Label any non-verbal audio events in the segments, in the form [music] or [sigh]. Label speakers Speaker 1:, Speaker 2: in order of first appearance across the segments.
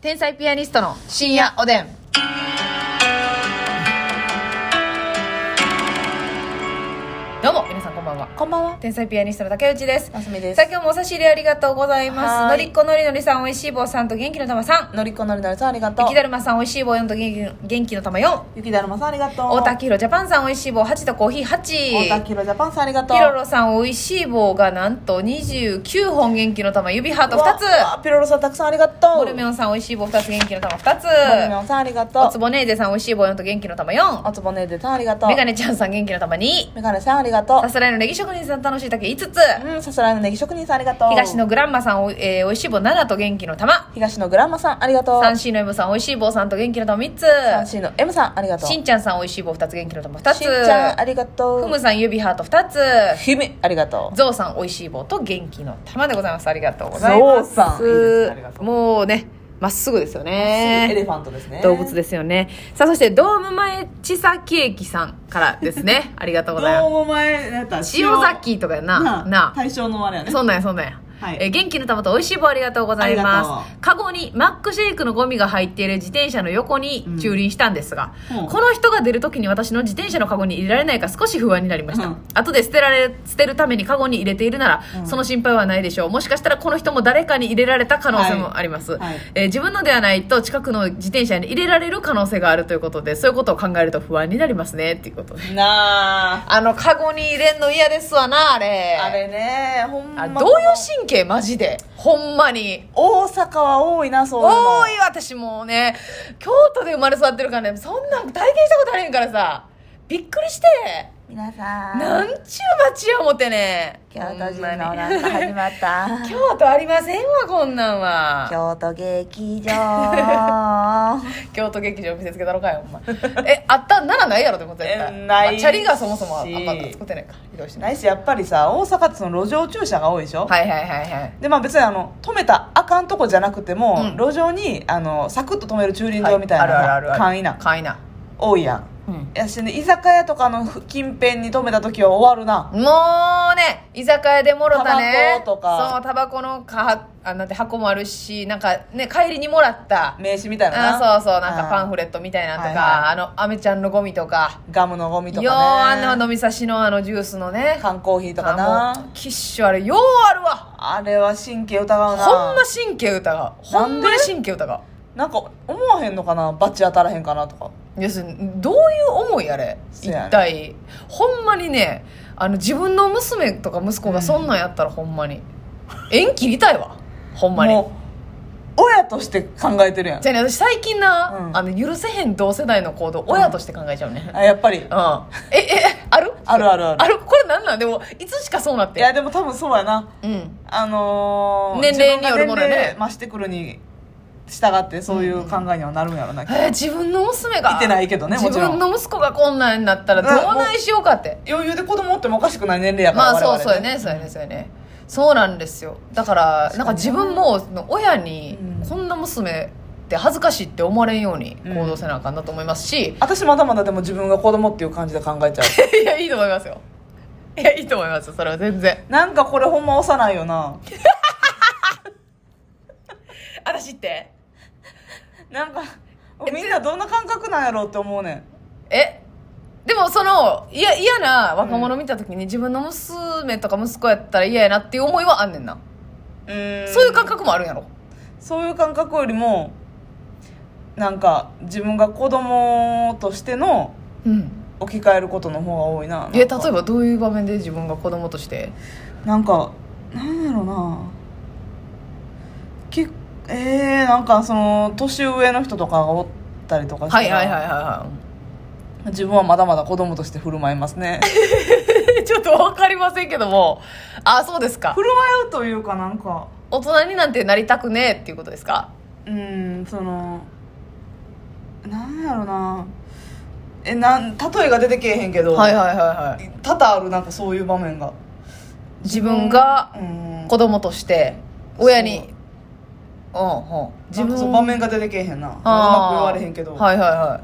Speaker 1: 天才ピアニストの深夜おでん。どうも、皆さんこんばんは。
Speaker 2: こんばんは。
Speaker 1: 天才ピアニストの竹内です。
Speaker 2: ますみで
Speaker 1: さあ
Speaker 2: す。
Speaker 1: 今日もお差し入れありがとうございます。
Speaker 2: は
Speaker 1: の
Speaker 2: ーい
Speaker 1: りっこのりのりさん、おいしい棒さんと元気の玉さん。
Speaker 2: のりっこのりだるさんありがとう
Speaker 1: ゆき。だるまさん、おいしい棒4と元気の元気の玉4。
Speaker 2: ゆきだるまさんありがとう。
Speaker 1: 大田明宏ジャパンさん、おいしい棒8とコーヒー
Speaker 2: 大田
Speaker 1: 8。
Speaker 2: キロジャパンさんありがとう。
Speaker 1: ピロロさん、おいしい棒がなんと29本元気の玉、指ハート2つ。
Speaker 2: あ、ピロロさんたくさんありがとう。
Speaker 1: モルミョンさん、おいしい棒2つ、元気の玉2つ。
Speaker 2: モルミョンさんありがと
Speaker 1: おつ
Speaker 2: う。
Speaker 1: ぼねーぜさん、おいしい棒4と元気の玉4。
Speaker 2: おつぼねでさんありがとう。
Speaker 1: メガネちゃんさん、元気の玉2。
Speaker 2: メガネさんありがと
Speaker 1: さすらいのネギ職人さん、楽しい竹5つ。
Speaker 2: う。うん、さすらいのネギ職人さんありがとう。
Speaker 1: 東の。グランマさん、おい,、えーおいしい棒7と元気の玉。
Speaker 2: 東のグランマさんありがとう。
Speaker 1: 三 C の M さん、おいしい棒さんと元気の玉3つ。
Speaker 2: 三四の M さんありがとう。
Speaker 1: しんちゃんさん、おいしい棒2つ、元気の玉2つ。
Speaker 2: しんちゃんありがとう。
Speaker 1: ふむさん、指ハート2つ。
Speaker 2: ひめありがとう。
Speaker 1: ゾウさん、おいしい棒と元気の玉でございます。ありがとうございます。
Speaker 2: ゾウさんいいですねありがとう
Speaker 1: もうね、まっすぐですよね。
Speaker 2: エレファントですね。
Speaker 1: 動物ですよね。さあ、そして、ドーム前千崎駅さんからです
Speaker 2: [laughs]
Speaker 1: ね。ありがとう
Speaker 2: ど
Speaker 1: ございます
Speaker 2: う。も前だった。
Speaker 1: 塩崎とかやな。なあ。
Speaker 2: 対象のあれやね。
Speaker 1: そうなんや、そうなんや。
Speaker 2: はい
Speaker 1: えー元気の玉と美味しい棒ありがとうござい
Speaker 2: あ
Speaker 1: ま
Speaker 2: りがと
Speaker 1: すカゴにマックシェイクのゴミが入っている自転車の横に
Speaker 2: うん
Speaker 1: 駐輪したんですが、
Speaker 2: うん
Speaker 1: この人が出る時に私の自転車のカゴに入れられないか少し不安になりました、
Speaker 2: うん
Speaker 1: 後で捨てられ捨てるためにカゴに入れているなら、
Speaker 2: うん
Speaker 1: その心配はないでしょうもしかしたらこの人も誰かに入れられた可能性もあります、
Speaker 2: はいはい
Speaker 1: えー自分のではないと近くの自転車に入れられる可能性があるということでそういうことを考えると不安になりますねっていうことで
Speaker 2: なあ。
Speaker 1: あのカゴに入れんの嫌ですわなあれ
Speaker 2: あれねほんま
Speaker 1: あどういう神経マジでほんまに
Speaker 2: 大阪は多いなそういうの
Speaker 1: 多い私もうね京都で生まれ育ってるからねそんなん体験したことあれへんからさびっくりして
Speaker 2: 皆さん
Speaker 1: なんちゅう街や思てね
Speaker 2: 京都人の
Speaker 1: ほんまに
Speaker 2: なんか始まった
Speaker 1: [laughs] 京都ありませんわこんなんは
Speaker 2: 京都劇場
Speaker 1: 京都劇場見せつけたろかよほ
Speaker 2: [laughs]
Speaker 1: んまえあったんならないやろでも絶対
Speaker 2: えないし
Speaker 1: チャリがそもそもああかんから作ってないか移動してない
Speaker 2: ないしやっぱりさ大阪ってその路上駐車が多いでしょ、
Speaker 1: はいはいはいはい
Speaker 2: でまあ別にあの止めたあかんとこじゃなくても、
Speaker 1: うん
Speaker 2: 路上にあのサクッと止める駐輪場みたいなの
Speaker 1: はいあるあるあるあ
Speaker 2: が
Speaker 1: る
Speaker 2: 簡易な
Speaker 1: 簡易な
Speaker 2: 多いやん
Speaker 1: うん
Speaker 2: やしね居酒屋とかの近辺に止めた時は終わるな
Speaker 1: もうね居酒屋でもろたね
Speaker 2: タバコとか
Speaker 1: そうタバコのかあなんて箱もあるしなんかね帰りにもらった
Speaker 2: 名刺みたいな
Speaker 1: あそうそうなんか
Speaker 2: あ
Speaker 1: パンフレットみたいなのとか、
Speaker 2: は
Speaker 1: あのアメちゃんのゴミとか
Speaker 2: ガムのゴミとかね
Speaker 1: ようあんな飲み差しのあのジュースのね
Speaker 2: 缶コーヒーとかな
Speaker 1: あもうキッシュあれようあるわ
Speaker 2: あれは神経疑うな
Speaker 1: ほんま神経疑うほんまに神経疑う
Speaker 2: なんか思わへんのかなバチ当たらへんかなとか
Speaker 1: 要するにどういう思いあれ
Speaker 2: そ
Speaker 1: 一
Speaker 2: やね
Speaker 1: 体ほんまにねあの自分の娘とか息子がそんなんやったらほんまに、縁切りたいわほんまに
Speaker 2: もう親として考えてるやん
Speaker 1: じゃあね私最近な、
Speaker 2: うん
Speaker 1: あの許せへん同世代の行動親として考えちゃうね、
Speaker 2: あやっぱり
Speaker 1: うんええある
Speaker 2: あるあるある
Speaker 1: あるこれなんなんでもいつしかそうなっ
Speaker 2: い
Speaker 1: て
Speaker 2: やでも多分そうやな
Speaker 1: うん
Speaker 2: あのー、
Speaker 1: 年齢によるものやね
Speaker 2: 自分が年齢増してくるに従ってそういう考えにはなるんやろな、
Speaker 1: えー自分の娘が
Speaker 2: 見てないけどねも
Speaker 1: 自
Speaker 2: ちろん
Speaker 1: 分の息子がこんなんになったら
Speaker 2: うん
Speaker 1: どうないしようかって、
Speaker 2: 余裕で子供おってもおかしくない年齢やか
Speaker 1: [laughs]
Speaker 2: ら
Speaker 1: まあそう
Speaker 2: 我々
Speaker 1: そうよねそうよねそうよねそうなんですよだからなんか自分もその親に
Speaker 2: うん
Speaker 1: こんな娘って恥ずかしいって思われんように
Speaker 2: うん
Speaker 1: 行動せなあかんなと思いますし、
Speaker 2: 私まだまだでも自分が子供っていう感じで考えちゃ
Speaker 1: [laughs]
Speaker 2: う
Speaker 1: いやいいと思いますよいやいいと思いますよそれは全然
Speaker 2: なんかこれほんま幼いよな
Speaker 1: 私って
Speaker 2: なんかみんなどんな感覚なんやろうって思うねん
Speaker 1: えでもそのいや嫌な若者見た時に自分の娘とか息子やったら嫌やなっていう思いはあんねんな、
Speaker 2: うーん
Speaker 1: そういう感覚もあるんやろ
Speaker 2: そういう感覚よりもなんか自分が子供としての
Speaker 1: うん
Speaker 2: 置き換えることの方が多いな
Speaker 1: え例え
Speaker 2: なんか
Speaker 1: ばどういう場面で自分が子供として
Speaker 2: なんかなんやろなけえー、なんかその年上の人とかがおったりとかして
Speaker 1: はいはいはいはいはい
Speaker 2: 自分はまだまだ子供として振る舞いますね
Speaker 1: えちょっと分かりませんけどもあそうですか
Speaker 2: 振る舞うというかなんか
Speaker 1: 大人になんてなりたくねえっていうことですか
Speaker 2: うんそのなんやろなえなん例えが出てけえへんけど、
Speaker 1: はいはいはいはい
Speaker 2: 多々あるなんかそういう場面が
Speaker 1: 自分が
Speaker 2: うん
Speaker 1: 子供として親にうんうん
Speaker 2: 自
Speaker 1: 自
Speaker 2: 分
Speaker 1: 分
Speaker 2: その場面が出てけえへんなうま
Speaker 1: あ
Speaker 2: く
Speaker 1: ー
Speaker 2: 言われへんけど、
Speaker 1: はいはいは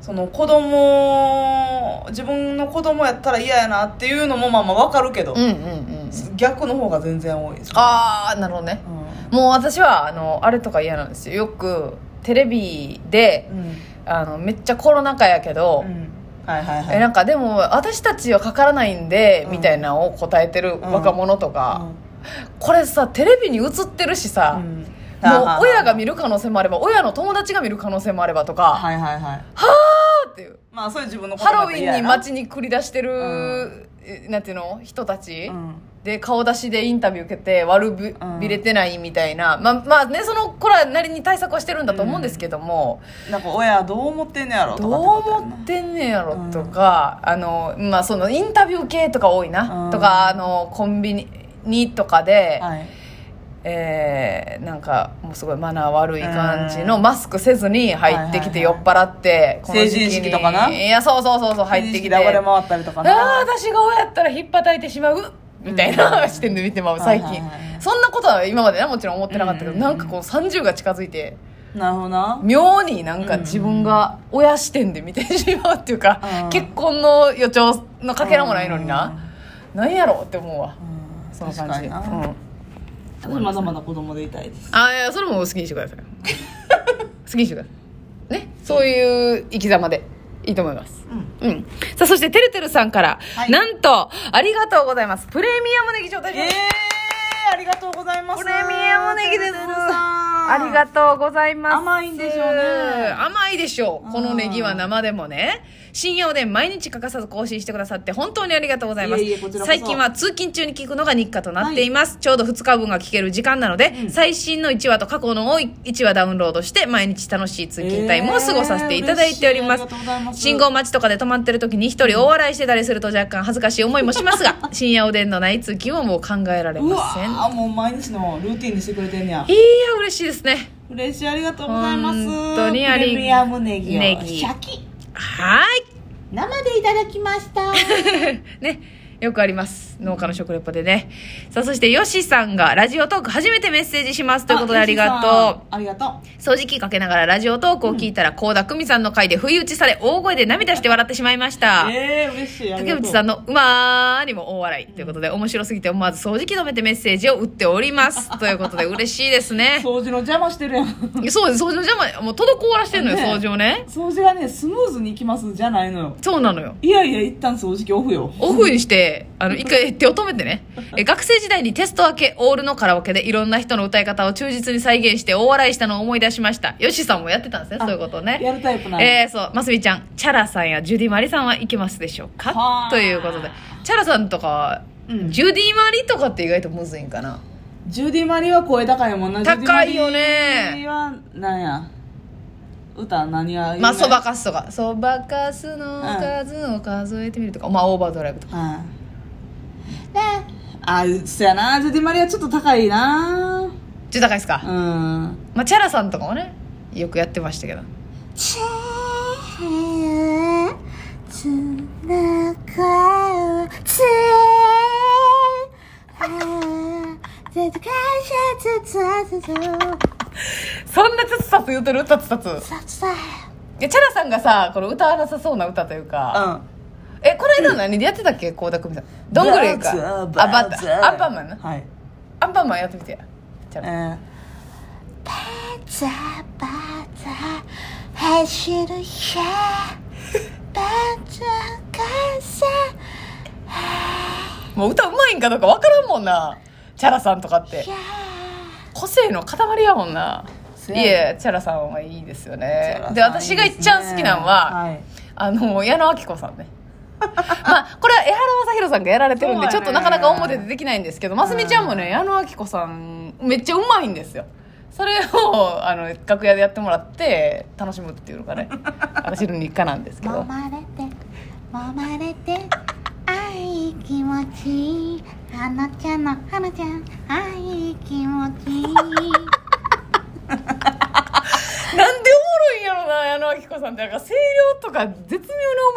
Speaker 2: その子供自分の子供やったら嫌やなっていうのもまあまあわかるけど、
Speaker 1: いうんうんうん
Speaker 2: 逆の方が全然多いです
Speaker 1: ああなるほどね
Speaker 2: うん
Speaker 1: もう私はあのあれとか嫌なんですよよくテレビで
Speaker 2: うん
Speaker 1: あのめっちゃコロナ禍やけど、
Speaker 2: うんはいはいはい
Speaker 1: えなんかでも私たちはかからないんで、
Speaker 2: うん
Speaker 1: みたいなのを答えてる若者とか、これさテレビに映ってるし
Speaker 2: う
Speaker 1: さ、
Speaker 2: んうん
Speaker 1: もう親が見
Speaker 2: る
Speaker 1: る可能性もあれば親の友達が見る可能性もあればとか、
Speaker 2: はいはいはい
Speaker 1: あーっていう
Speaker 2: まあそういう自分の
Speaker 1: ハロウィンに
Speaker 2: 待ち
Speaker 1: 街に繰り出してる、
Speaker 2: うん
Speaker 1: えなんていうの人たち、
Speaker 2: うん
Speaker 1: で顔出しでインタビュー受けて悪び,、
Speaker 2: うん
Speaker 1: れてないみたいなまあまあねその子らなりに対策はしてるんだと思うんですけども、
Speaker 2: なんか親どう思ってんねやろ
Speaker 1: ど
Speaker 2: と
Speaker 1: う
Speaker 2: か
Speaker 1: 思っててんねやろとか、あのまあそのインタビュー系とか多いな、
Speaker 2: うん
Speaker 1: とかあのコンビニとかで、
Speaker 2: ことやんなはい
Speaker 1: えーなんかもうすごいマナー悪い感じの、
Speaker 2: うん
Speaker 1: マスクせずに入ってきて
Speaker 2: はいは
Speaker 1: 酔
Speaker 2: い
Speaker 1: っ払って、この時期に
Speaker 2: 成人式とかない
Speaker 1: やそうそうそうそう入ってきて
Speaker 2: で暴れ回ったりとかね
Speaker 1: ああ私が親やったらひっぱたいてしまうみたいな視点で見てまう最
Speaker 2: はい
Speaker 1: 近
Speaker 2: はいはい
Speaker 1: そんなことは今までなもちろん思ってなかったけど、
Speaker 2: うんうん
Speaker 1: なんかこう30が近づいて
Speaker 2: なるほどな
Speaker 1: 妙になんか自分が親視点で見て [laughs] しまうっていうか、
Speaker 2: うん
Speaker 1: 結婚の予兆のかけらもないのにな、なんやろうって思うわ
Speaker 2: うん
Speaker 1: その感
Speaker 2: 確か
Speaker 1: じ、
Speaker 2: に
Speaker 1: うん、
Speaker 2: な
Speaker 1: あ
Speaker 2: 私まだまだ子供でいたいです
Speaker 1: あいやそれも好きにしてください [laughs] 好きにしてくださいねそういう生き様でいいと思います
Speaker 2: うん
Speaker 1: うん。さあ、そして、てるてるさんから、
Speaker 2: はい
Speaker 1: なんと、ありがとうございます。プレミアムネギ頂戴し
Speaker 2: え
Speaker 1: ま
Speaker 2: え
Speaker 1: した。
Speaker 2: ありがとうございます
Speaker 1: プレミアムネギです
Speaker 2: てるてるさん
Speaker 1: ありがとうございます。
Speaker 2: 甘いんでしょうね
Speaker 1: 甘いでしょう。このネギは生でもね。深夜おでん毎日欠かさず更新してくださって本当にありがとうございます。
Speaker 2: いえいえこちらこそ
Speaker 1: 最近は通勤中に聞くのが日課となっています。ちょうど2日分が聞ける時間なので、最新の1話と過去の多い1話ダウンロードして毎日楽しい通勤タイムを過ごさせていただいております
Speaker 2: えー嬉しいありがとうございます
Speaker 1: 信号待ちとかで止まってる時に一人大笑いしてたりすると若干恥ずかしい思いもします
Speaker 2: [laughs]
Speaker 1: が深夜おでんのない通勤はもう考えられ
Speaker 2: う
Speaker 1: ま
Speaker 2: わ
Speaker 1: せん
Speaker 2: ーもう毎日のルーティンにしてくれてんねや
Speaker 1: いや嬉しいですね
Speaker 2: 嬉しいありがとうございます
Speaker 1: 本当にあり
Speaker 2: プレミアムネギを
Speaker 1: ネギ
Speaker 2: シャキ
Speaker 1: は
Speaker 2: 生でいただきました
Speaker 1: ーいねよくあります農家の食レポでねさあそしてよしさんがラジオトーク初めてメッセージし [laughs] ますということでありがとう
Speaker 2: うありがとう
Speaker 1: 掃除機かけながらラジオトークを聞いたら倖、田來未さんの回で不意打ちされ大声で涙して笑ってしまいました
Speaker 2: ええ嬉しいあり
Speaker 1: 竹
Speaker 2: がとう
Speaker 1: 内さんの「うまー」にも大笑いということで、面白すぎて思わず掃除機止めてメッセージを打っております [laughs] ということで嬉しいですね
Speaker 2: 掃除の邪魔してるやん [laughs]
Speaker 1: いやそうです掃除の邪魔もう滞らしてんのよ、
Speaker 2: ね
Speaker 1: 掃除をね
Speaker 2: 掃除がねスムーズにいきますじゃないのよ
Speaker 1: そうなのよ
Speaker 2: いやいや一旦掃除機オフよ
Speaker 1: オフにして、あの、一回手を止めてね。え学生時代にテスト明け、オールのカラオケでいろんな人の歌い方を忠実に再現して大笑いしたのを思い出しました。ヨシさんもやってたんですね、そういうことをね。
Speaker 2: やるタイプなんで、
Speaker 1: えー、そう、ますみちゃん、チャラさんやジュディマリさんはいけますでしょうか
Speaker 2: はあ
Speaker 1: ということで、チャラさんとか、
Speaker 2: うん
Speaker 1: ジュディマリとかって意外とむずいんかな。
Speaker 2: ジュディ・マリは声高いもんな
Speaker 1: 高いよね
Speaker 2: ジュディ・マリはなんや歌何が有名
Speaker 1: まあ、そばかすとか、そばかすの数を数えてみるとか、まあ、オーバードライブとか。
Speaker 2: はいあそやなジュディ・マリはちょっと高いな
Speaker 1: ちょっと高いですか、
Speaker 2: うん
Speaker 1: まあ、チャラさんとかもね、よくやってましたけど。
Speaker 2: チェーつながるチ
Speaker 1: そんなツツツツ言うてるツツツツ。いやチャラさんがさこの歌わなさそうな歌というか、
Speaker 2: うん
Speaker 1: えこの間何でやってたっけ倖田來未さんどんぐりかあバッタアンパンマンな
Speaker 2: はい
Speaker 1: アンパンマンやってみてやチャラ
Speaker 2: え
Speaker 3: ザバザ走るやバザガサ
Speaker 1: もう歌うまいんかどうかわからんもんなチャラさんとかって
Speaker 3: や
Speaker 1: 個性の塊やもんな
Speaker 2: せ
Speaker 1: い
Speaker 2: やね
Speaker 1: えチャラさんはいいですよね
Speaker 2: ー
Speaker 1: で私がいっちゃん好きなのは、
Speaker 2: はい
Speaker 1: あの矢野明子さんね [laughs] まあこれは江原正宏さんがやられてるんで、
Speaker 2: そ
Speaker 1: ちょ
Speaker 2: うやね
Speaker 1: っとなかなか表でできないんですけどますみちゃんもね矢野明子さんめっちゃうまいんですよそれをあの楽屋でやってもらって楽しむっていうのがね [laughs] 私の日課なんですけ
Speaker 3: 揉
Speaker 1: ど
Speaker 3: まれて揉まれてあいい気持ち花ちゃんの花ちゃんあいい気持ち
Speaker 1: なんでおもろいんやろな矢野明子さんってなんか声量とか絶妙に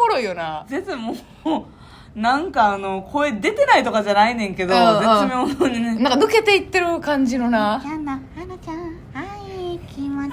Speaker 1: おもろいよな
Speaker 2: 全然もうなんかあの声出てないとかじゃないねんけど、
Speaker 1: うん
Speaker 2: 絶妙にね
Speaker 1: なんか抜けていってる感じの
Speaker 3: 花
Speaker 1: な
Speaker 3: ちゃんの花ちゃんあいい気持ち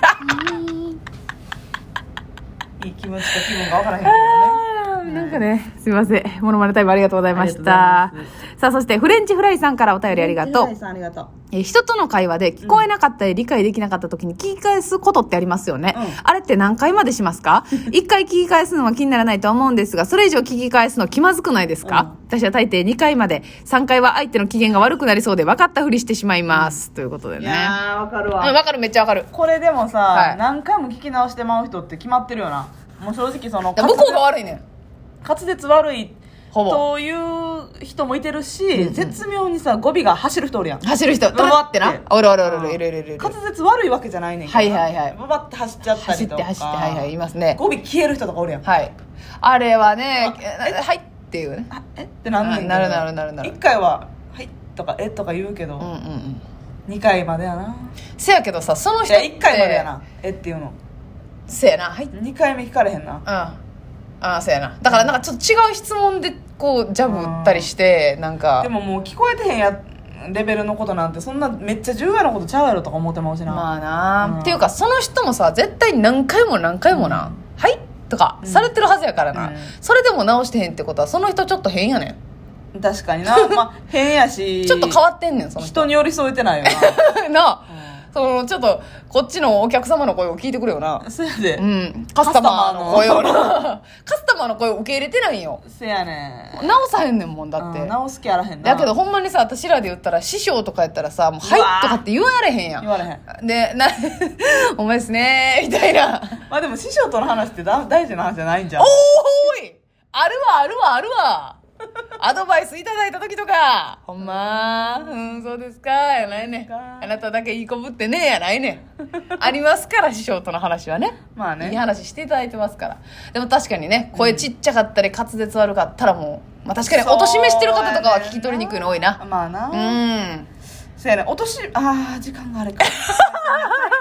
Speaker 2: いい気持ちか気分がわからへんけどね
Speaker 1: あーなんかね、すいません。モノマネタイムありがとうございました
Speaker 2: ありがとうござい。
Speaker 1: さあ、そして、フレンチフライさんからお便りありがとう
Speaker 2: 平井。さんありがとう
Speaker 1: えー人との会話で聞こえなかったり理解できなかった時に聞き返すことってありますよね。
Speaker 2: うん
Speaker 1: あれって何回までします
Speaker 2: [laughs]
Speaker 1: か一回聞き返すのは気にならないと思うんですが、それ以上聞き返すの気まずくないですか、私は大抵2回まで、3回は相手の機嫌が悪くなりそうで分かったふりしてしまいます。ということで
Speaker 2: い
Speaker 1: ね。
Speaker 2: やーわかるわ
Speaker 1: うん、分かる、めっちゃ分かる。
Speaker 2: これでもさ、
Speaker 1: はい
Speaker 2: 何回も聞き直してまう人って決まってるよなもう正直その
Speaker 1: だから向こうが悪いねん。
Speaker 2: 滑舌滑舌悪い
Speaker 1: ほぼ
Speaker 2: という人もいてるし、絶妙にさ語尾が走る人おるやん
Speaker 1: 走る人、
Speaker 2: バ
Speaker 1: 止
Speaker 2: バ
Speaker 1: まってな。おるおるおるおる、いるいるいるいる。
Speaker 2: 滑舌悪いわけじゃないねんけど
Speaker 1: はいはいはい
Speaker 2: ババって走っちゃった
Speaker 1: 走
Speaker 2: り
Speaker 1: っ
Speaker 2: と
Speaker 1: て
Speaker 2: か
Speaker 1: 走って、はいはい、いますね。
Speaker 2: 語尾消える人とかおるやん
Speaker 1: はい。あれはね、えはいっていうね。
Speaker 2: あえってなんねんけど
Speaker 1: なるなるなるなる
Speaker 2: 一回は「はい」とか「え」とか言うけ
Speaker 1: う
Speaker 2: ど、
Speaker 1: んうんうん。
Speaker 2: 二回までやな
Speaker 1: せやけどさその
Speaker 2: い
Speaker 1: 人っ
Speaker 2: や
Speaker 1: て
Speaker 2: 一回までやな「え」っていうの
Speaker 1: せやなはいうん
Speaker 2: 二回目聞かれへんな
Speaker 1: ああせやなだからなんかちょっと違う質問でこうジャブ打ったりしてなん
Speaker 2: で
Speaker 1: か
Speaker 2: ももう聞こえてへんやレベルのことなんてそんなめっちゃ重要なことちゃうやろとか思ってまうしな、
Speaker 1: まあな、
Speaker 2: うん
Speaker 1: っていうかその人もさ絶対何回も何回もな「はい」とかされてるはずやからな、
Speaker 2: うん
Speaker 1: それでも直してへんってことはその人ちょっと変やね
Speaker 2: 確か
Speaker 1: [laughs]
Speaker 2: になまあ変やし
Speaker 1: んちょっと変わってんねんその人
Speaker 2: 人に寄り添えてないよ
Speaker 1: [laughs] な
Speaker 2: な
Speaker 1: そのちょっとこっちのお客様の声を聞いてくれよな
Speaker 2: [laughs] うんそうやで、
Speaker 1: うんカスタマーの声をな [laughs] カスタマーの声を受け入れてないんよ
Speaker 2: せやね
Speaker 1: 直さへんねんもんだ
Speaker 2: ん
Speaker 1: って、
Speaker 2: うん直す気あらへんな
Speaker 1: だけどほんまにさ私らで言ったら師匠とかやったらさ「もうは
Speaker 2: うわー
Speaker 1: い」とかって言われへんや
Speaker 2: 言
Speaker 1: ん
Speaker 2: われへん
Speaker 1: でな [laughs] 「お前ですね」みたいな
Speaker 2: まあでも師匠との話ってだ大事な話じゃないんじ
Speaker 1: 「
Speaker 2: ゃ
Speaker 1: お
Speaker 2: ん
Speaker 1: ーいあるわあるわあるわ」アドバイスいただいた時とか「ほんまうんそうですか」やないねん
Speaker 2: か
Speaker 1: あなただけいい子ぶってねえやないねんありますから師匠との話はね
Speaker 2: まあね
Speaker 1: いい話していただいてますからでも確かにね声ちっちゃかったり滑舌悪かったらもう、まあ、確かにお年めしてる方とかは聞き取りにくいの多いな
Speaker 2: まあな、
Speaker 1: うん
Speaker 2: せやねん落としあー時間があれかそうやね